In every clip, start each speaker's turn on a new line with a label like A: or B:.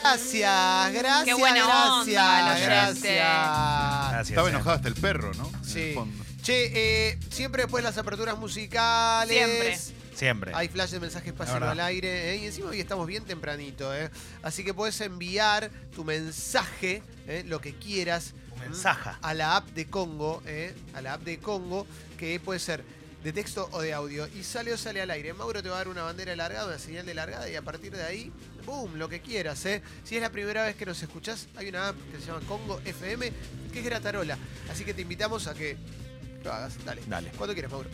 A: Gracias, gracias.
B: Qué buena
A: gracias,
B: onda, el
A: gracias.
B: oyente.
C: Gracias, eh.
D: Estaba
C: Emi.
D: enojado hasta el perro, ¿no? En el
A: Sí.
D: fondo.
A: Che, eh, siempre después las aperturas musicales.
B: Siempre.
C: Siempre.
A: Hay flash de mensajes pasando
C: verdad.
A: al aire. ¿eh? Y encima hoy estamos bien tempranito. ¿eh? Así que puedes enviar tu mensaje, ¿eh? lo que quieras.
C: Un mensaje.
A: A la app de Congo. ¿eh? A la app de Congo, que puede ser de texto o de audio. Y sale o sale al aire. Mauro te va a dar una bandera largada, una señal de largada. Y a partir de ahí, boom, lo que quieras. ¿eh? Si es la primera vez que nos escuchás, hay una app que se llama Congo FM, que es gratarola. Así que te invitamos a que lo hagas. Dale.
C: Dale.
A: Cuando quieras, Mauro.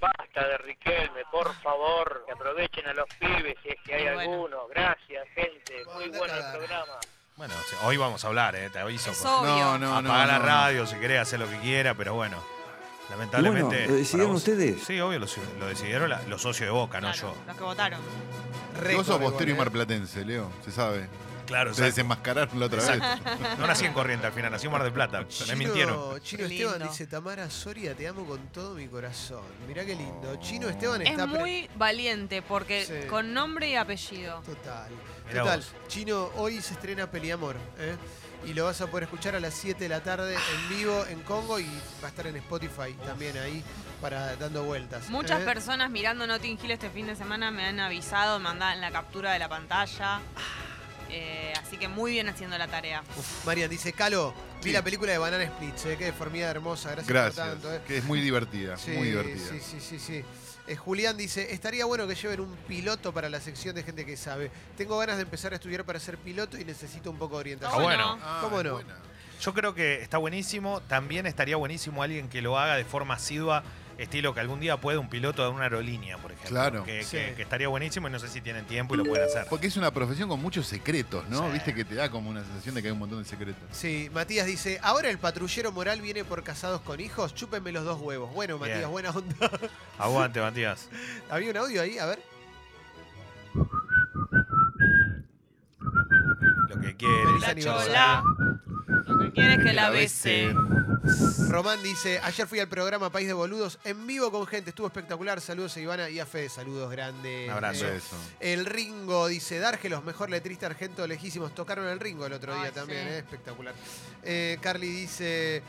E: Basta de Riquelme, por favor, que aprovechen a los pibes si es que hay
B: Bueno.
E: alguno. Gracias, gente. Muy
A: Anda a
E: bueno el
A: cagar.
E: programa.
C: Bueno, sí, hoy vamos a hablar, ¿eh? Te aviso.
B: Es
C: porque-
B: obvio.
D: No, no, no.
C: Apaga la
D: no, no.
C: radio si querés, hacer lo que quiera, pero bueno. Lamentablemente.
F: bueno, ¿lo decidieron
C: para vos-
F: ustedes?
C: Sí, obvio, lo, lo decidieron la- los socios de Boca, no
B: Claro,
C: yo.
B: Los que votaron.
D: Y Vos sos
A: Récord,
D: bostero
A: igual,
D: y
A: ¿eh?
D: marplatense, Leo, se sabe.
C: Claro,
D: Se desenmascararon la otra vez.
C: No nací en corriente al final, nací en Mar del Plata. Me
A: Chino-
C: mintieron.
A: Chino
B: Lindo.
A: Esteban dice, Tamara Soria, te amo con todo mi corazón. Mirá qué lindo. Chino Esteban
B: Es
A: está... pre-
B: muy valiente porque
A: Sí.
B: con nombre y apellido.
A: Total.
C: Mirá
A: Total.
C: vos.
A: Chino, hoy se estrena Peliamor. ¿eh? Y lo vas a poder escuchar a las 7 de la tarde en vivo en Congo y va a estar en Spotify también ahí para dando vueltas.
B: Muchas
A: ¿eh?
B: personas mirando Notting Hill este fin de semana me han avisado, me mandan la captura de la pantalla. Eh, así que muy bien haciendo la tarea.
A: Marian dice, Calo, vi
D: Sí.
A: la película de Banana Split, ¿eh? qué deformidad hermosa, gracias, por
D: Gracias.
A: tanto. ¿eh?
D: Que es muy divertida,
A: Sí,
D: muy divertida.
A: Sí, sí, sí, sí. Eh, Julián dice, estaría bueno que lleven un piloto para la sección de gente que sabe. Tengo ganas de empezar a estudiar para ser piloto y necesito un poco de
C: Ah,
A: orientación.
C: bueno.
B: no?
D: Ah,
A: ¿Cómo
D: es
A: no?
D: buena.
C: Yo creo que está buenísimo. También estaría buenísimo alguien que lo haga de forma asidua, estilo que algún día puede un piloto de una aerolínea, por ejemplo.
D: Claro.
C: Que,
A: Sí.
C: que- que estaría buenísimo y no sé si tienen tiempo y lo pueden hacer.
D: Porque es una profesión con muchos secretos, ¿no?
C: Sí.
D: Viste que te da como una sensación de que hay un montón de secretos.
A: Sí, Matías dice, ahora el patrullero moral viene por casados con hijos, chúpenme los dos huevos. Bueno, Matías,
C: Bien.
A: buena onda.
C: Aguante, Matías.
A: Había un audio ahí, a ver.
C: Lo que quieres.
A: Feliz
B: La
A: aniversario.
B: chola. Lo que quiere es que la
D: bese.
B: bese.
A: Román dice, ayer fui al programa País de Boludos en vivo con gente, estuvo espectacular. Saludos a Ivana y a Fede, saludos grandes.
C: Un abrazo.
A: Eh,
D: Eso.
A: El Ringo dice, Dárgelos, mejor letrista argento lejísimos. Tocaron el Ringo el otro
B: Ay,
A: día también,
B: sí.
A: eh, espectacular. Eh, Carly dice,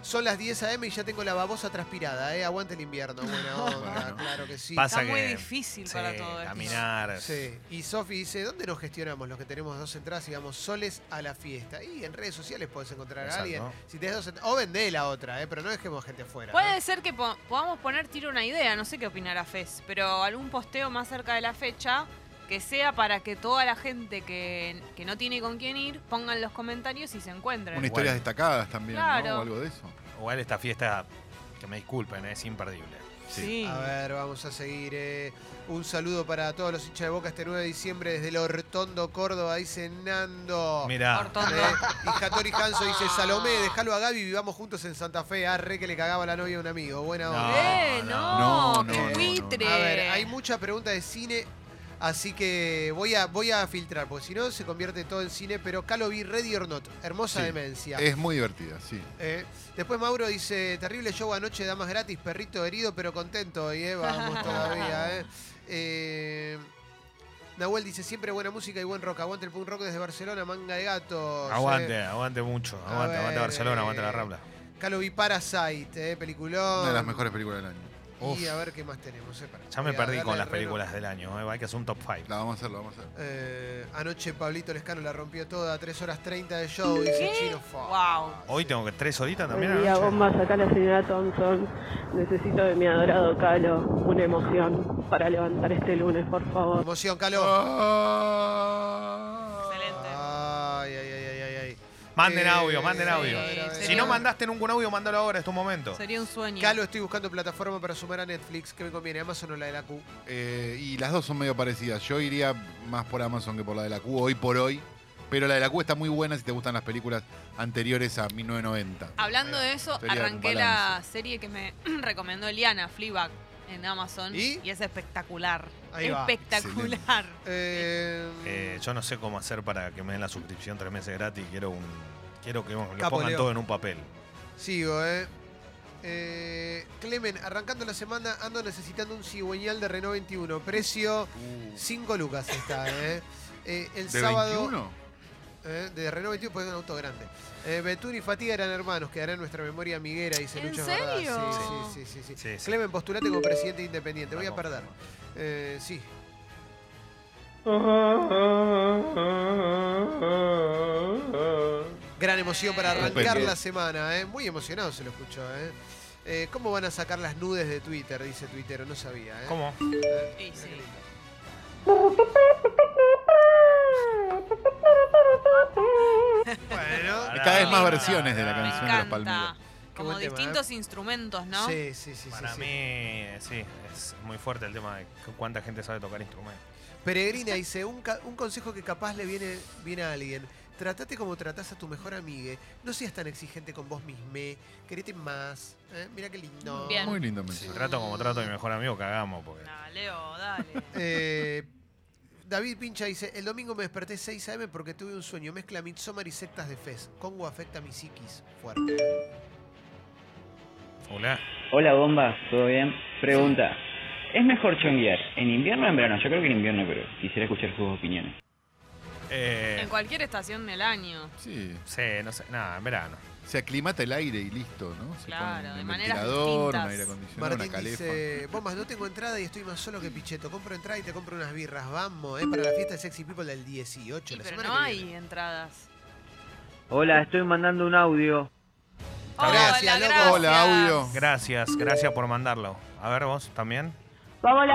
A: son las 10 a.m. y ya tengo la babosa transpirada, eh. aguante el invierno. Buena onda,
D: Bueno.
A: claro que sí.
C: Pasa
B: Está muy
C: que-
B: difícil
C: Sí,
B: para todo esto.
C: Caminar.
A: Sí. Y Sofi dice, ¿dónde nos gestionamos los que tenemos dos entradas y vamos soles a la fiesta? Y en redes sociales podés encontrar a
C: Exacto.
A: alguien. Si tenés dos ent- o vendé la otra, eh, pero no dejemos gente afuera. ¿no?
B: Puede ser que po- podamos poner tiro una idea, no sé qué opinará Fez, pero algún posteo más cerca de la fecha que sea para que toda la gente que, que no tiene con quién ir pongan los comentarios y se encuentren.
D: Una historia
C: Bueno.
D: destacadas también,
B: Claro.
D: ¿no? O algo de eso.
C: Igual esta fiesta, que me disculpen, es imperdible.
B: Sí.
A: A ver, vamos a seguir. eh. Un saludo para todos los hinchas de Boca este 9 de diciembre desde el Hortondo, Córdoba, dice
D: Oh,
A: Nando.
D: Ah.
C: Mira,
B: Hortondo.
A: Eh, y Jatori Hanso dice, Salomé, déjalo a Gaby, vivamos juntos en Santa Fe. Arre que le cagaba la novia a un amigo. Buena onda.
B: ¡Eh,
D: no,
B: no!
D: no,
B: ¡Qué
D: no, no.
B: buitre!
A: A ver, hay mucha pregunta de cine, así que voy a, voy a filtrar, porque si no se convierte todo en cine, pero Calo vi Ready or Not, hermosa
D: Sí.
A: demencia.
D: Es muy divertida, sí.
A: Eh, después Mauro dice, terrible show anoche, damas gratis, perrito herido pero contento hoy, eh, vamos todavía. eh. Eh, Nahuel dice, siempre buena música y buen rock, aguante el punk rock desde Barcelona, manga de gatos. eh.
C: aguante, aguante mucho. Aguante,
A: ver,
C: aguante Barcelona,
A: eh,
C: aguante la Rambla.
A: Calo vi Parasite, eh, peliculón.
D: Una de las mejores películas del año. Uf.
A: Y a ver qué más tenemos. eh, pará.
C: Ya me
A: Voy a
C: perdí
A: darle
C: con las
A: al reloj.
C: películas del año. eh, Hay que hacer un top 5.
D: La vamos a hacer, la vamos a hacer.
A: Eh, anoche Pablito Lescano la rompió toda, 3 horas 30 de show, dice Chino. Fa.
B: Wow.
C: Hoy tengo que tres horitas también.
G: Buen día,
C: anoche.
G: bombas. Acá la señora Thompson. Necesito de mi adorado Calo una emoción para levantar este lunes, por favor.
A: Emoción, Calo.
D: Ah.
B: Excelente.
A: Ay, ay, ay, ay, ay, ay.
C: Manden
A: Eh,
C: audio, manden audio.
A: a ver, a ver.
C: Si no mandaste nunca un audio, mándalo ahora, es tu momento.
B: Sería un sueño.
A: Calo, estoy buscando plataforma para sumar a Netflix. ¿Qué me conviene? Amazon o la de la Q.
D: Eh, y las dos son medio parecidas. Yo iría más por Amazon que por la de la Q hoy por hoy. Pero la de la Q está muy buena si te gustan las películas anteriores a 1990.
B: Hablando de eso,
D: Sería un
B: arranqué la
D: balance.
B: serie que me recomendó Eliana, Fleabag, en Amazon.
A: ¿Y?
B: es espectacular.
A: Ahí va.
B: espectacular.
A: Eh,
C: Eh, yo no sé cómo hacer para que me den la suscripción tres meses gratis. Quiero un. Quiero que lo
A: Capo,
C: pongan
D: Eh.
A: Leo.
C: todo en un papel.
A: Sigo, ¿eh? Eh, Clemen, arrancando la semana ando necesitando un cigüeñal de Renault 21. Precio
D: Uh,
A: 5 lucas está, ¿eh? Eh, el
D: ¿De
A: sábado.
D: 21?
A: eh, de Renault 21, porque es un auto grande. Eh, Betún y Fatiga eran hermanos, quedará en nuestra memoria miguera, dice
B: ¿En
A: Lucho. es verdad.
B: serio?
A: Sí, sí, sí, sí, sí.
C: Sí, sí.
A: Clemen, postulate como presidente independiente. Voy a
C: Vamos.
A: perder. Eh, sí. Gran emoción para arrancar
D: Estupendo.
A: la semana, ¿eh? Muy emocionado se lo escuchó, ¿eh? Eh, cómo van a sacar las nudes de Twitter? Dice Twitter, no sabía, ¿eh?
C: ¿Cómo?
A: Eh,
B: Y sí.
A: Bueno,
C: Pará,
D: Cada vez más
C: pará,
D: versiones de la
C: pará.
B: Me
D: canción de los
B: encanta.
D: Palmeros.
A: Qué
B: Como
A: buen tema, ¿eh?
B: distintos instrumentos, ¿no?
A: Sí, sí, sí. sí,
C: Para
A: sí.
C: mí, eh, sí, es muy fuerte el tema de cu- cuánta gente sabe tocar instrumentos.
A: Peregrina dice, un, ca- un consejo que capaz le viene, viene a alguien. Tratate como tratás a tu mejor amigue. No seas tan exigente con vos misma. Querete más. ¿eh? Mira qué lindo.
B: Bien.
D: Muy lindo
C: Si
D: mensaje.
C: trato como trato a mi mejor amigo, cagamos. Porque...
B: No, Leo, dale.
A: Eh, David Pincha dice, el domingo me desperté 6 a.m. porque tuve un sueño. Mezcla Midsommar y sectas de Fez. Congo afecta mi psiquis. Fuerte.
C: Hola.
F: Hola bombas, ¿todo bien? Pregunta, ¿es mejor chonguear en invierno o en verano? Yo creo que en invierno, pero quisiera escuchar sus opiniones.
C: Eh,
B: En cualquier estación del año.
D: Sí.
C: sí, no sé, nada, en verano.
D: Se aclimata el aire y listo, ¿no? Se
B: Claro,
D: pone
B: de
D: un
B: maneras
D: ventilador, un
B: distintas.
D: aire acondicionado,
A: Martín
D: una calefa.
A: dice, bombas, no tengo entrada y estoy más solo que Pichetto. Compro entrada y te compro unas birras. Vamos, ¿eh? Para la fiesta de Sexy People del 18.
B: Sí,
A: la
B: pero
A: semana
B: no
A: que
B: hay
A: viene.
B: entradas.
H: Hola, estoy mandando un audio.
A: Gracias, loco.
B: Hola, gracias.
D: Hola, audio.
C: Gracias, gracias por mandarlo. A ver, vos también.
A: Mirá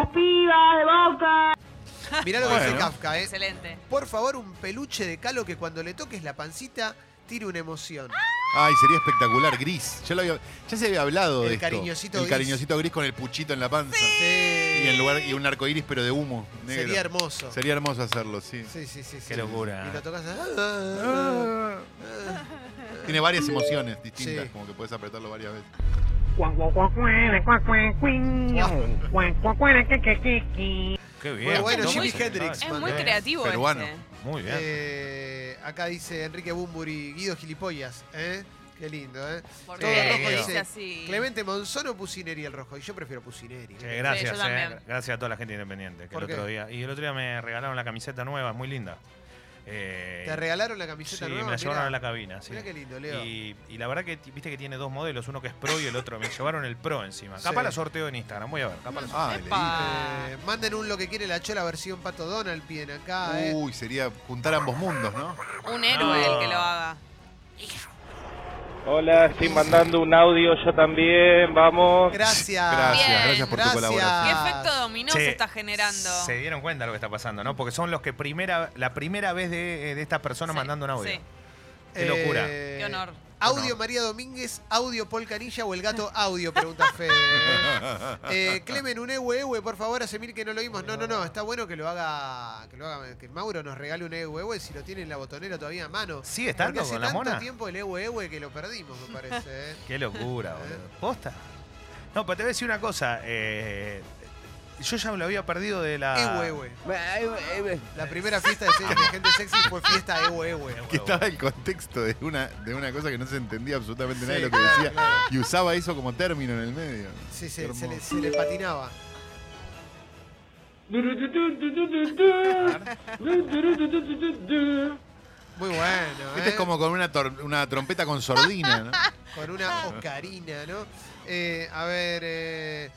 A: lo que dice
D: Bueno.
A: Kafka, ¿eh?
B: Excelente.
A: Por favor, un peluche de calo que cuando le toques la pancita tire una emoción.
D: Ay, sería espectacular, gris. Ya, lo había- ya se había hablado
A: El
D: de esto.
A: cariñosito
D: el
A: gris.
D: cariñosito gris con el puchito en la panza. Y, en lugar, y un arco iris, pero de humo. Negro.
A: Sería hermoso.
D: Sería hermoso hacerlo, sí.
A: Sí, sí, sí.
C: Qué
A: sí.
C: locura.
A: Y lo tocas. ah,
D: Ah. Tiene varias emociones distintas,
A: Sí.
D: como que puedes apretarlo varias veces.
C: Qué bien.
A: Muy bueno,
C: Todo
A: Jimi
C: muy-
A: Hendrix.
B: Es muy
A: Bien.
B: creativo
D: Peruano.
B: este.
C: Muy bien.
A: Eh, acá dice Enrique Bumburi, Guido Gilipollas. ¿eh? Qué lindo, ¿eh?
B: ¿Por
A: Todo
B: qué
A: rojo
B: dice
A: dice,
B: así?
A: Clemente Monzón o Pusineri el rojo. Y yo prefiero Pusineri.
C: Che, gracias,
B: Sí, yo
C: eh.
B: también.
C: gracias a toda la gente independiente. Que
A: ¿Por
C: el otro
A: qué?
C: día, y el otro día me regalaron la camiseta nueva, es muy linda. Eh,
A: ¿Te regalaron la
C: Sí,
A: camiseta nueva?
C: me la llevaron
A: Mirá.
C: a la cabina. Sí.
A: Mirá qué lindo, Leo.
C: Y, y la verdad que t- viste que tiene dos modelos, uno que es pro y el otro. Me llevaron el pro encima.
A: Sí.
C: Capaz la sorteo en Instagram, voy a ver. Capaz la sorteo.
D: Ah,
B: Epa.
A: Eh, manden un lo que quiere la chola versión Pato Donald, piden acá,
D: leí.
A: ¿eh?
D: Uy, sería juntar ambos mundos, ¿no?
B: Un héroe
C: No.
B: el que lo
A: Ah.
B: haga.
E: Hola, estoy mandando un audio yo también, vamos.
A: Gracias.
D: Gracias,
B: Bien,
D: gracias por
A: gracias.
D: tu colaboración.
B: ¿Qué
A: Ah.
B: efecto dominó
C: Che,
B: se está generando?
C: Se dieron cuenta lo que está pasando, ¿no? Porque son los que primera, la primera vez de, de estas personas
B: Sí,
C: mandando un audio.
B: sí.
C: Qué locura.
A: Eh,
B: Qué honor.
A: Audio
C: Honor.
A: María Domínguez, audio Paul Canilla o el gato audio, pregunta Fede. Eh, Clemen, un ewe ewe, por favor, hace mil que no lo vimos. No, no, no, está bueno que lo haga, que lo haga, que Mauro nos regale un ewe ewe si lo tiene en la botonera todavía a mano. Porque
C: ¿Sigue estando
A: hace
C: con la
A: tanto
C: mona?
A: tiempo el ewe ewe que lo perdimos, me parece. ¿eh?
C: Qué locura, boludo. ¿Posta? No, pero te voy a decir una cosa. eh, yo ya me lo había perdido de la.
A: Ewe ewe. E La primera fiesta de, se- de gente sexy fue fiesta E ewe ewe.
D: Que estaba el contexto de una, de una cosa que no se entendía absolutamente nada de
A: Sí, Ah,
D: lo que decía.
A: claro.
D: Y usaba eso como término en el medio.
A: Sí, se,
D: Qué
A: se
D: hermoso.
A: le, se le patinaba. Muy bueno.
D: Este es
A: ¿eh?
D: como con una, tor- una trompeta con sordina, ¿no?
A: Con una ocarina, ¿no? Eh, a ver. eh,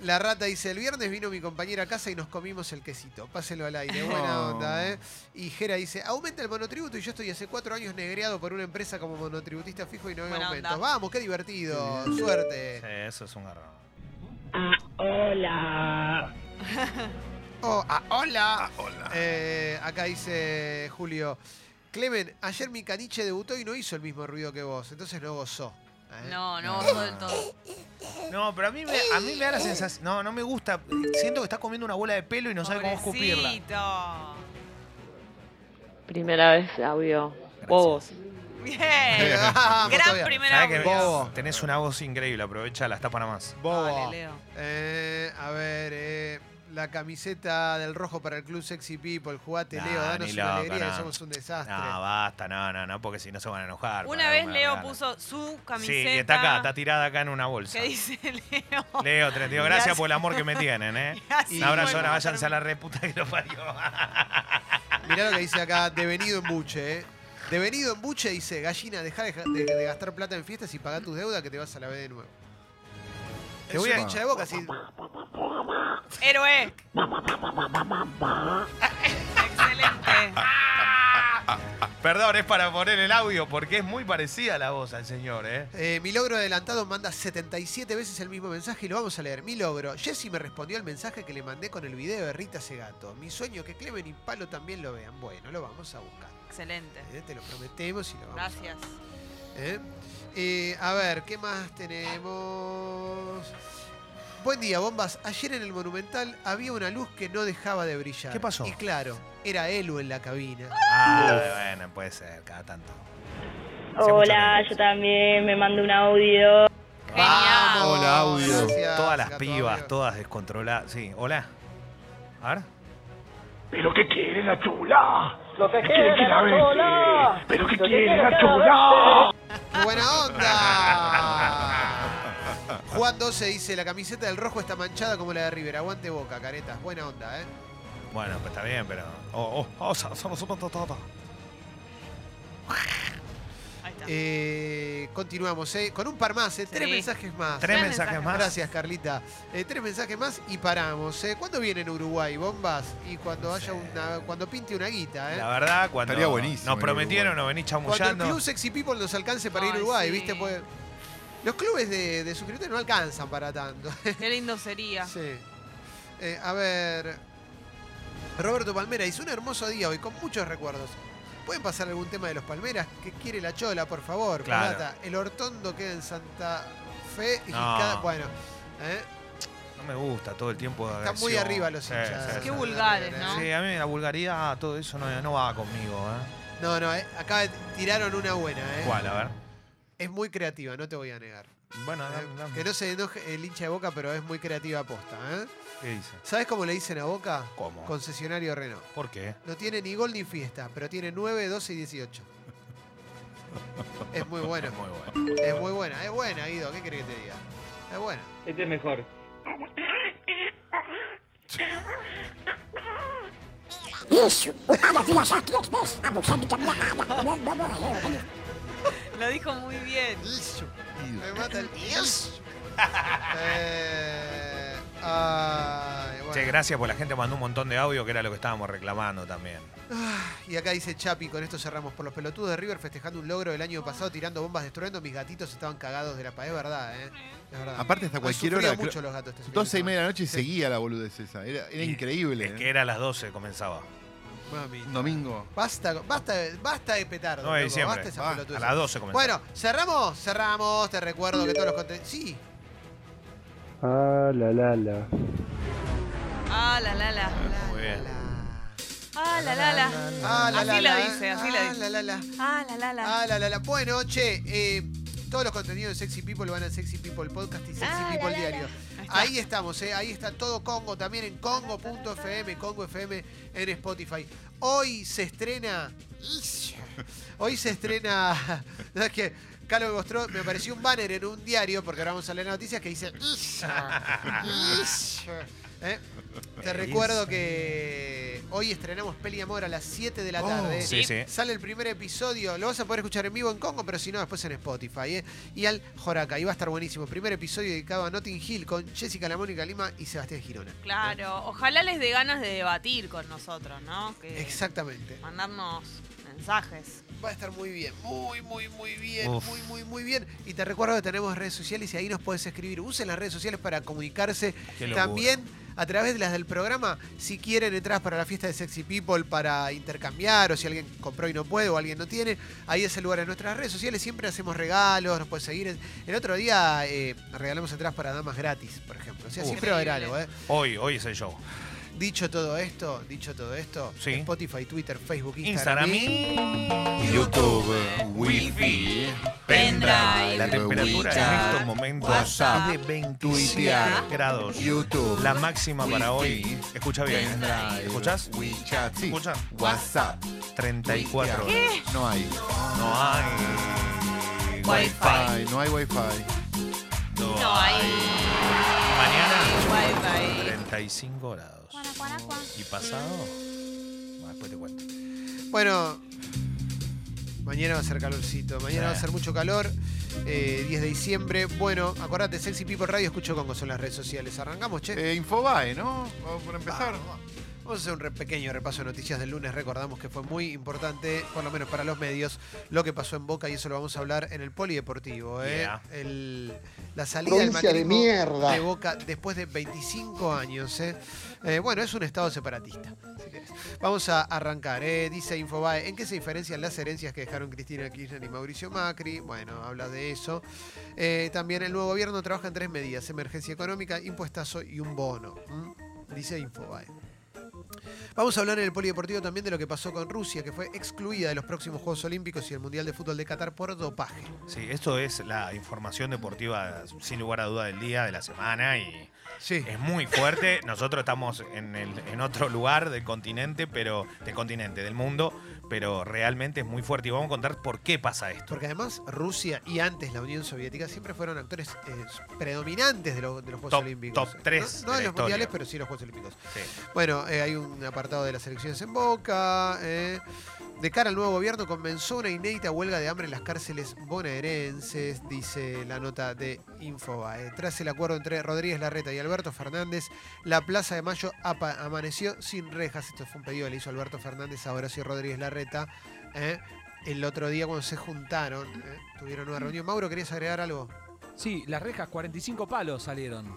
A: la rata dice: El viernes vino mi compañera a casa y nos comimos el quesito. Páselo al aire. Buena
D: Oh.
A: onda, ¿eh? Y Jera dice: Aumenta el monotributo y yo estoy hace cuatro años negreado por una empresa como monotributista fijo y no veo
B: Buena
A: aumentos.
B: onda.
A: Vamos, qué divertido. Suerte.
C: Sí, eso es un garrón.
A: Oh, ah, hola.
D: Hola.
A: Eh, acá dice Julio. Clemen, ayer mi caniche debutó y no hizo el mismo ruido que vos, entonces no gozó. ¿eh?
B: No, no,
D: No.
B: gozó del todo.
C: No, pero a mí, me, a mí me da la sensación. No, no me gusta. Siento que está comiendo una bola de pelo y no sabe cómo escupirla.
B: Pobrecito.
I: Primera vez audio.
C: Gracias.
I: Bobos.
B: Bien.
A: Vamos, todavía.
B: Gran primera
C: Sabés que
A: Bobo.
C: tenés una voz increíble, aprovechala, está para más.
A: Bobo.
B: Leo.
A: Eh, a ver, eh, la camiseta del rojo para el Club Sexy People. Jugate,
C: Nah,
A: Leo, danos
C: ni
A: una
C: loco,
A: alegría que
C: no.
A: somos un desastre.
C: No, basta, no, no, no, porque si no se van a enojar.
B: Una
C: para,
B: vez
C: me
B: Leo
C: regalan.
B: puso su
C: Sí,
B: camiseta.
C: que está acá, está tirada acá en una bolsa.
B: ¿Qué dice Leo?
C: Leo, te digo, gracias por el amor que me tienen, ¿eh?
B: Gracias
C: Un abrazo,
B: por
C: ahora váyanse a
B: mostrarme.
C: la reputa que lo parió.
A: Mirá lo que dice acá, devenido en buche, ¿eh? Devenido en buche dice, gallina, deja de, de- de gastar plata en fiestas y pagá tus deudas que te vas a la B de nuevo.
C: Te
A: es
C: voy
A: un
C: a-
A: hincha de boca, sí.
B: Héroe. Excelente.
C: Perdón, es para poner el audio porque es muy parecida la voz al señor, ¿eh?
A: Eh, mi logro adelantado manda 77 veces el mismo mensaje y lo vamos a leer. Mi logro. Jessy me respondió al mensaje que le mandé con el video de Rita Segato. Mi sueño que Clemen y Palo también lo vean. Bueno, lo vamos a buscar.
B: Excelente.
A: ¿eh? Te lo prometemos y lo vamos a
B: Gracias.
A: ¿Eh? Eh, a ver, ¿qué más tenemos? Buen día, bombas. Ayer en el Monumental había una luz que no dejaba de brillar.
C: ¿Qué pasó?
A: Y claro, era Elu en la cabina.
C: Ah, bueno, puede ser, cada tanto. Hace mucho
I: Hola,
C: tiempo.
I: yo también me mando un audio.
B: Genial.
D: Hola, audio.
A: Gracias,
C: Todas las
A: Gato
C: pibas,
A: Gabriel.
C: todas descontroladas. Sí, hola. A ver.
J: ¿Pero qué quiere la chula?
E: Lo que
J: ¿Qué quiere que la
E: chula.
J: bese? ¿Pero qué
E: Lo que
J: quiere
E: quiere
J: la
E: que la
J: chula?
A: ¡Qué buena onda! Juan 12 dice, la camiseta del rojo está manchada como la de River. Aguante boca, caretas. Buena onda, ¿eh?
C: Bueno, pues está bien, pero. Oh, oh, oh, so- somos un patata.
B: Ahí está.
A: Eh, continuamos, ¿eh? Con un par más, ¿eh? Tres
B: Sí.
A: mensajes más.
C: Tres
B: Tres
C: mensajes
B: mensajes
C: más.
A: Gracias, Carlita. Eh, tres mensajes más y paramos. eh. ¿Cuándo vienen Uruguay, bombas? Y cuando
C: No
A: haya
C: sé.
A: una, cuando pinte una guita, ¿eh?
C: La verdad, cuando
D: Estaría buenísimo
C: nos
D: ir a
C: prometieron,
D: Uruguay.
C: nos venís
A: cuando el
C: chamullando.
A: club Sexy People nos alcance para ir a
B: Ay,
A: Uruguay,
B: sí.
A: ¿viste? Pues, los clubes de, de suscriptores no alcanzan para tanto.
B: Qué lindo sería.
A: Sí. Eh, a ver. Roberto Palmera hizo un hermoso día hoy, con muchos recuerdos. ¿Pueden pasar algún tema de los Palmeras? ¿Qué quiere la Chola, por favor?
C: Claro.
A: Plata. El Hortondo queda en Santa Fe y
C: No.
A: cada- Bueno. ¿eh?
C: No me gusta todo el tiempo. de
A: Están muy
C: agresión.
A: arriba los
C: Sí,
A: hinchas.
C: sí,
B: Qué
C: sí.
A: de
B: vulgares,
A: River,
B: ¿no?
A: ¿eh?
C: Sí, a mí la vulgaridad, todo eso no, no va conmigo, ¿eh?
A: No, no, eh, acá tiraron una buena, ¿eh?
C: ¿Cuál? A ver.
A: Es muy creativa, no te voy a negar.
C: Bueno,
A: Eh,
C: dame, dame.
A: Que no se enoje el hincha de Boca, pero es muy creativa aposta, ¿eh?
C: ¿Qué dice?
A: ¿Sabes cómo le dicen a Boca?
C: ¿Cómo?
A: Concesionario Renault.
C: ¿Por qué?
A: No tiene ni gol ni fiesta, pero tiene 9, 12 y 18. Es muy buena,
C: Muy bueno.
A: es muy buena, es buena, Guido, ¿qué querés que te diga? Es buena.
F: Este es mejor.
B: Lo dijo muy bien.
A: Me mata el... Eh, ay, bueno.
C: Che, gracias por la gente mandó un montón de audio que era lo que estábamos reclamando también.
A: Y acá dice Chapi, con esto cerramos. Por los pelotudos de River festejando un logro del año pasado tirando bombas de estruendo, mis gatitos estaban cagados de la pared. Es verdad, ¿eh? Es verdad.
D: Aparte, hasta
A: Han
D: cualquier
A: sufrido
D: hora,
A: mucho
D: creo-
A: los gatos. este fin de
D: 12 y media de la noche y
A: Sí.
D: seguía la boludez esa. Era, era
C: Y-
D: increíble.
C: Es
D: ¿eh?
C: que era a las 12 comenzaba.
A: semana. Mami.
D: Un domingo.
A: Basta, basta, basta de petardo.
C: 9 de
A: loco,
C: diciembre.
A: Basta esa
D: Va,
C: A
A: pelotudez.
C: las 12 comenzaba.
A: Bueno, cerramos, cerramos. Te recuerdo que todos los contenidos. Sí,
J: Ah, la la la.
B: Ah, la la la.
C: Muy bien.
B: Ah, la la la.
A: Ah, la, la,
B: Así
A: la,
B: lo dice, así lo
A: ah,
B: dice.
A: la, la, la.
B: Ah, la la la.
A: Ah, la, la, la. Bueno, che, eh, todos los contenidos de Sexy People van a Sexy People Podcast y Sexy
I: Ah, la, la,
A: People
I: la.
A: Diario. Ahí estamos, eh, ahí está todo Congo, también en congo.fm, Congo FM en Spotify. Hoy se estrena. Hoy se estrena. No es que Calo me mostró, me apareció un banner en un diario, porque ahora vamos a leer noticias, que dice. Eh, Te recuerdo que hoy estrenamos Peli Amor a las 7 de la
D: Oh,
A: tarde.
C: Sí, sí.
A: Sale el primer episodio, lo vas a poder escuchar en vivo en Congo, pero si no, después en Spotify. ¿eh? Y al Joraca, y va a estar buenísimo. Primer episodio dedicado a Notting Hill con Jessica La Mónica Lima y Sebastián Girona.
B: Eh. Claro. Ojalá les dé ganas de debatir con nosotros, ¿no? Que
A: Exactamente.
B: Mandarnos mensajes.
A: Va a estar muy bien, muy, muy, muy bien,
C: Uf.
A: muy, muy, muy bien. Y te recuerdo que tenemos redes sociales y ahí nos puedes escribir. Usen las redes sociales para comunicarse
C: Qué locura.
A: También a través de las del programa, si quieren entradas para la fiesta de Sexy People para intercambiar o si alguien compró y no puede o alguien no tiene, ahí es el lugar en nuestras redes sociales. Siempre hacemos regalos, nos puedes seguir. El otro día eh, regalamos entradas para damas gratis, por ejemplo. O sea,
C: Uf.
A: siempre va a haber
B: Increíble.
A: algo, ¿eh?
C: Hoy, hoy es el show.
A: Dicho todo esto, dicho todo esto,
C: Sí.
A: Spotify, Twitter, Facebook, Instagram.
C: Instagram
A: y-
C: y
D: YouTube, Wi-Fi, pendrive,
C: La temperatura en
D: WeChat,
C: estos momentos
D: WhatsApp,
C: es de 27
D: Tuitear,
C: grados.
D: YouTube,
C: La máxima para hoy.
D: Wi-Fi,
C: Escucha bien.
D: pendrive,
C: ¿Escuchás?
D: WeChat, sí.
C: ¿Escucha?
D: WhatsApp.
C: 34
D: Tuitear.
C: horas.
D: No hay.
C: No hay.
B: Wi-Fi.
D: Ay, No hay Wi-Fi.
B: No hay.
C: Mañana.
B: Wi-Fi.
C: 35 grados. ¿Y pasado? Bueno, después te cuento.
A: Bueno, mañana va a ser calorcito, mañana
C: Sí.
A: va a ser mucho calor. eh, 10 de diciembre. Bueno, acordate, Sexy People Radio, escucho Congo, son las redes sociales. Arrancamos, che.
D: Eh, Infobae, ¿no? Vamos por empezar.
A: Vamos a hacer un re- pequeño repaso de noticias del lunes. Recordamos que fue muy importante, por lo menos para los medios, lo que pasó en Boca y eso lo vamos a hablar en el polideportivo. ¿eh?
C: Yeah.
A: El- la salida del macrismo de Boca después de 25 años. ¿eh? Eh, bueno, es un estado separatista. si querés. Vamos a arrancar. ¿eh? Dice Infobae, ¿en qué se diferencian las herencias que dejaron Cristina Kirchner y Mauricio Macri? Bueno, habla de eso. Eh, también el nuevo gobierno trabaja en tres medidas, emergencia económica, impuestazo y un bono. ¿m? Dice Infobae. Vamos a hablar en el Polideportivo también de lo que pasó con Rusia, que fue excluida de los próximos Juegos Olímpicos y el Mundial de Fútbol de Qatar por dopaje.
C: Sí, esto es la información deportiva, sin lugar a duda, del día, de la semana y.
A: Sí.
C: Es muy fuerte. Nosotros estamos en, el- en otro lugar del continente, pero del continente, del mundo, pero realmente es muy fuerte. Y vamos a contar por qué pasa esto.
A: Porque además Rusia y antes la Unión Soviética siempre fueron actores eh, predominantes de, los- de los Juegos
C: Top-
A: Olímpicos.
C: top tres
A: No, no
C: de
A: de
C: la
A: los mundiales,
C: historia.
A: pero sí los Juegos Olímpicos.
C: Sí.
A: Bueno, eh, hay un apartado de las elecciones en Boca. eh. De cara al nuevo gobierno comenzó una inédita huelga de hambre en las cárceles bonaerenses, dice la nota de Infobae. Tras el acuerdo entre Rodríguez Larreta y Alberto Fernández, la Plaza de Mayo apa- amaneció sin rejas. Esto fue un pedido que le hizo Alberto Fernández a Horacio Rodríguez Larreta. eh. El otro día cuando se juntaron, eh, tuvieron
K: Mm.
A: una reunión. Mauro, ¿querías agregar algo?
K: Sí, las rejas, 45 palos salieron.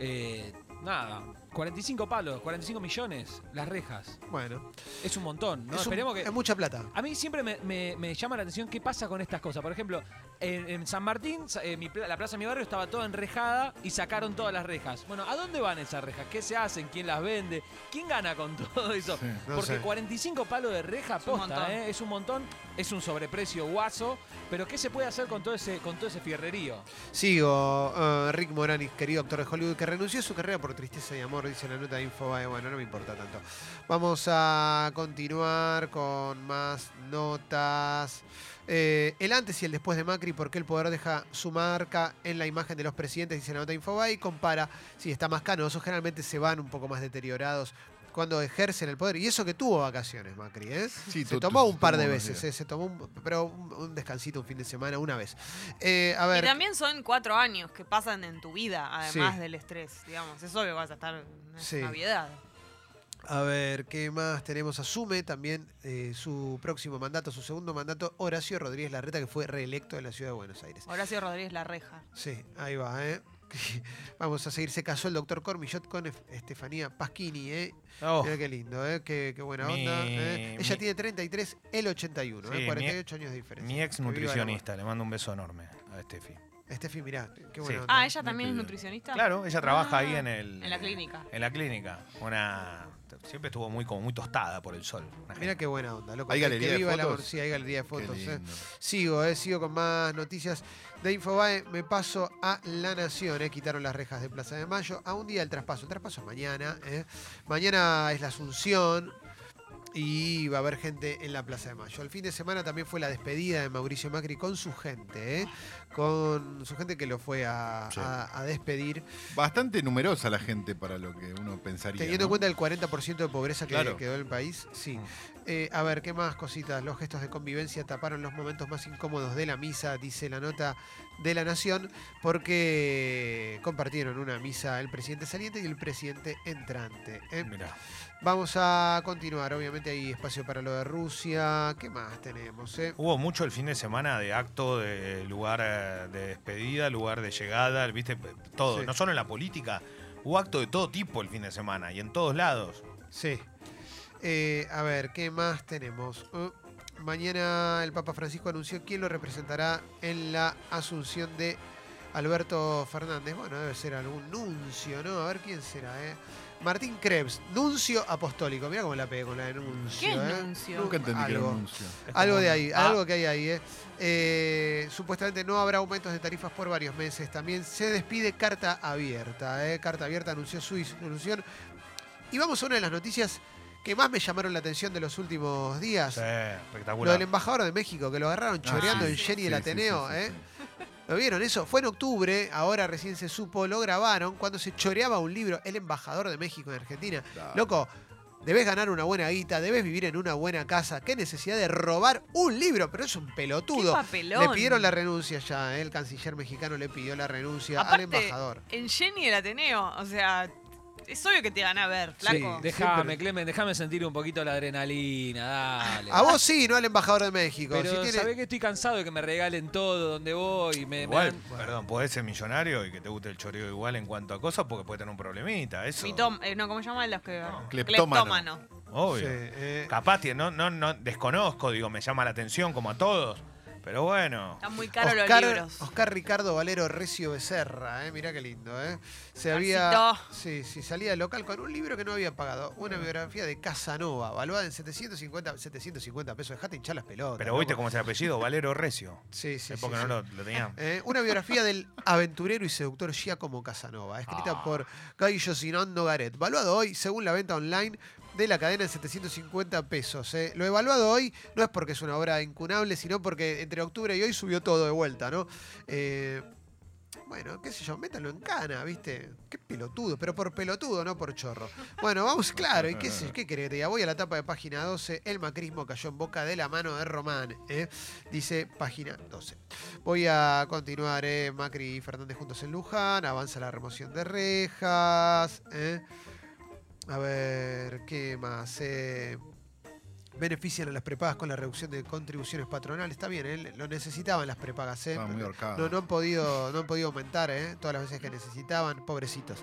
K: Eh, nada, 45 palos, 45 millones las rejas.
A: Bueno,
K: Es un montón, ¿no?
A: es, un-
K: Esperemos que...
A: es mucha plata.
K: A mí siempre me, me- me llama la atención qué pasa con estas cosas. Por ejemplo, en, en San Martín, sa- eh, mi pla- la plaza de mi barrio estaba toda enrejada y sacaron todas las rejas. Bueno, ¿a dónde van esas rejas? ¿Qué se hacen? ¿Quién las vende? ¿Quién gana con todo eso?
A: No
K: Porque
A: sé.
K: 45 palos de reja
B: Es un
K: posta,
B: montón.
K: ¿eh? es un montón, es un sobreprecio guaso, pero ¿qué se puede hacer con todo ese, con todo ese fierrerío?
A: Sigo, eh, Rick Moranis, querido actor de Hollywood, que renunció a su carrera por tristeza y amor, dice la nota de Infobae. Bueno, no me importa tanto. Vamos a continuar con más notas. Eh, el antes y el después de Macri, porque el poder deja su marca en la imagen de los presidentes, dice la nota de Infobae, y compara si está más canoso, generalmente se van un poco más deteriorados cuando ejercen el poder. Y eso que tuvo vacaciones, Macri, ¿eh?
D: Sí,
A: se
D: tu-
A: tomó
D: tu-
A: un par de
D: tuvo unos
A: veces,
D: días.
A: eh, se tomó un, pero un, un descansito, un fin de semana, una vez. Eh, a
B: Y
A: ver,
B: también son cuatro años que pasan en tu vida, además
A: Sí.
B: del estrés, digamos. Es obvio que vas a estar en
A: Sí.
B: Navidad.
A: A ver, ¿qué más tenemos? Asume también eh, su próximo mandato, su segundo mandato, Horacio Rodríguez Larreta, que fue reelecto de la ciudad de Buenos Aires.
B: Horacio Rodríguez La Reja.
A: Sí, ahí va, ¿eh? Vamos a seguir. Se casó el doctor Cormillot con Ef- Estefanía Pasquini, ¿eh?
C: Oh,
A: Mirá qué lindo, ¿eh? Qué, qué buena
C: Mi-
A: onda. ¿eh? Ella
C: mi-
A: tiene 33, él 81,
C: Sí,
A: ¿eh?
C: mi-
A: 48 años de diferencia.
C: mi ex
A: Que viva el amor.
C: nutricionista, le mando un beso enorme a Steffi.
A: Estefi, mirá, qué
C: Sí.
A: buena onda.
B: Ah, ella también es
D: bien.
B: nutricionista.
C: Claro, ella trabaja
B: Ah,
C: ahí en el.
B: en la clínica.
C: En la clínica. Una. Siempre estuvo muy como muy tostada por el sol. Una
A: Mirá
C: genia.
A: qué buena onda, loco.
D: ¿Hay
A: Que-
D: galería
A: que
D: de
A: viva el amor.
D: fotos?
A: Sí, hay galería de
D: Qué
A: fotos, ¿eh?
D: lindo.
A: Sigo, eh, sigo con más noticias de Infobae. Me paso a La Nación. eh, quitaron las rejas de Plaza de Mayo. A un día del traspaso. El traspaso es mañana. eh. Mañana es la Asunción. Y va a haber gente en la Plaza de Mayo. El fin de semana también fue la despedida de Mauricio Macri con su gente. eh, Con su gente que lo fue a,
D: Sí.
A: a- a despedir.
D: Bastante numerosa la gente para lo que uno pensaría.
A: Teniendo en
D: ¿no?
A: cuenta el 40% de pobreza que
D: Claro.
A: quedó en el país. Sí.
C: Mm.
A: Eh, a ver, ¿qué más cositas? Los gestos de convivencia taparon los momentos más incómodos de la misa, dice la nota de la Nación, porque compartieron una misa el presidente saliente y el presidente entrante. ¿eh?
C: Mirá.
A: Vamos a continuar, obviamente hay espacio para lo de Rusia. ¿Qué más tenemos? eh?
C: Hubo mucho el fin de semana de acto, de lugar eh, de despedida, lugar de llegada, viste, P- todo.
A: Sí.
C: No solo en la política, hubo acto de todo tipo el fin de semana y en todos lados.
A: Sí. Eh, a ver, ¿qué más tenemos? Eh, mañana el Papa Francisco anunció quién lo representará en la asunción de Alberto Fernández. Bueno, debe ser algún nuncio, ¿no? A ver quién será, ¿eh? Martín Krebs, nuncio apostólico. Mira cómo la pegué con la de nuncio.
B: ¿Qué es
A: ¿eh?
B: nuncio?
D: Nunca entendí que era
A: Algo.
D: un anuncio.
A: Algo de ahí,
C: Ah.
A: algo que hay ahí. ¿eh? Eh, supuestamente no habrá aumentos de tarifas por varios meses. También se despide Carta Abierta. ¿eh? Carta Abierta anunció su disolución. Y vamos a una de las noticias que más me llamaron la atención de los últimos días.
C: Sí,
A: Lo del
C: espectacular.
A: embajador de México, que lo agarraron
D: Ah,
A: choreando
D: sí,
A: en Jenny
D: sí,
A: el
D: sí,
A: Ateneo.
D: sí, sí,
A: ¿eh?
D: sí.
A: ¿Lo vieron eso? Fue en octubre, ahora recién se supo, lo grabaron cuando se choreaba un libro, El embajador de México en Argentina.
D: Claro.
A: Loco, debes ganar una buena guita, debes vivir en una buena casa. Qué necesidad de robar un libro, pero es un
B: ¡Qué
A: pelotudo.
B: papelón!
A: Le pidieron la renuncia ya, ¿eh? el canciller mexicano le pidió la renuncia al
B: Aparte,
A: embajador.
B: En Jenny el Ateneo, o sea, es obvio que te van a ver, flaco.
A: Sí.
K: Déjame,
A: siempre.
K: Clemen, déjame sentir un poquito la adrenalina, dale.
A: A vos sí, no al embajador de México.
K: Pero
A: Si tiene-
K: sabés que estoy cansado de que me regalen todo donde voy. Me, me
C: Igual,
K: dan-
C: perdón, podés ser millonario y que te guste el choreo igual en cuanto a cosas porque puede tener un problemita, eso.
B: Mitóm- eh, no, ¿cómo se llaman los que
D: Cleptómano.
A: Sí,
C: Obvio.
A: eh,
C: Capaz, que no, no, no, desconozco, digo, me llama la atención como a todos. Pero bueno.
B: Están muy caros los
A: Oscar,
B: libros.
A: Oscar Ricardo Valero Recio Becerra, ¿eh? mirá qué lindo. ¿eh? Se
B: Oscarcito.
A: había, sí, sí, salía del local con un libro que no había pagado. Una biografía de Casanova, valuada en 750, 750 pesos. Dejate hinchar las pelotas.
C: Pero viste
A: loco.
C: cómo es el apellido, Valero Recio.
A: Sí, sí, sí,
C: es porque
A: sí.
C: no lo, lo tenía.
A: Eh, una biografía del aventurero y seductor Giacomo Casanova, escrita por Cayo Sinando Garet. Valuado hoy, según la venta online de la cadena, en 750 pesos. eh. Lo evaluado hoy no es porque es una obra incunable, sino porque entre octubre y hoy subió todo de vuelta, ¿no? Eh, bueno, qué sé yo, métalo en cana, ¿viste? Qué pelotudo, pero por pelotudo, no por chorro. Bueno, vamos, claro, ¿y qué, sé- qué querés que te diga? Voy a la tapa de página 12. El macrismo cayó en boca de la mano de Román, ¿eh? Dice página 12. Voy a continuar, ¿eh? Macri y Fernández juntos en Luján. Avanza la remoción de rejas, ¿eh? A ver, ¿qué más? Eh, Benefician a las prepagas con la reducción de contribuciones patronales. Está bien, ¿eh? lo necesitaban las prepagas. ¿eh?
D: Estaba muy
A: No,
D: ahorcado.
A: no han podido, no han podido aumentar, ¿eh? todas las veces que necesitaban, pobrecitos,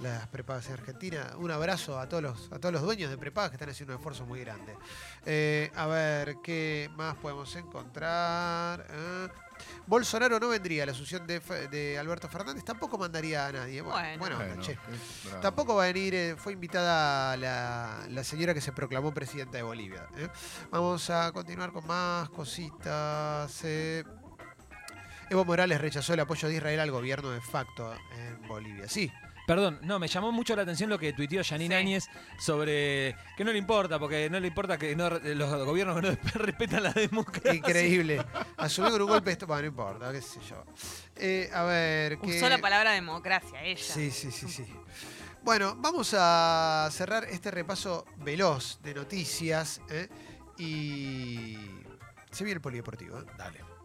A: las prepagas en Argentina. Un abrazo a todos los, a todos los dueños de prepagas que están haciendo un esfuerzo muy grande. Eh, a ver, ¿qué más podemos encontrar? Ah, Bolsonaro no vendría, la asunción de, Fe- de Alberto Fernández tampoco mandaría a nadie. Bueno,
B: Bueno.
A: bueno,
D: Bueno,
A: che.
D: qué bravo.
A: Tampoco va a venir, eh, fue invitada la, la señora que se proclamó presidenta de Bolivia. ¿eh? Vamos a continuar con más cositas. eh. Evo Morales rechazó el apoyo de Israel al gobierno de facto en Bolivia. Sí,
K: Perdón, no, me llamó mucho la atención lo que tuiteó Janine
B: Sí.
K: Áñez sobre que no le importa, porque no le importa que no- los gobiernos no respetan la democracia.
A: increíble. Asumió con un golpe de esto, bueno, no importa, qué sé yo. Eh, a ver, que...
B: Usó la palabra democracia, ella.
A: Sí, sí, sí, sí. Bueno, vamos a cerrar este repaso veloz de noticias ¿eh? y se viene el polideportivo. ¿eh?
C: Dale.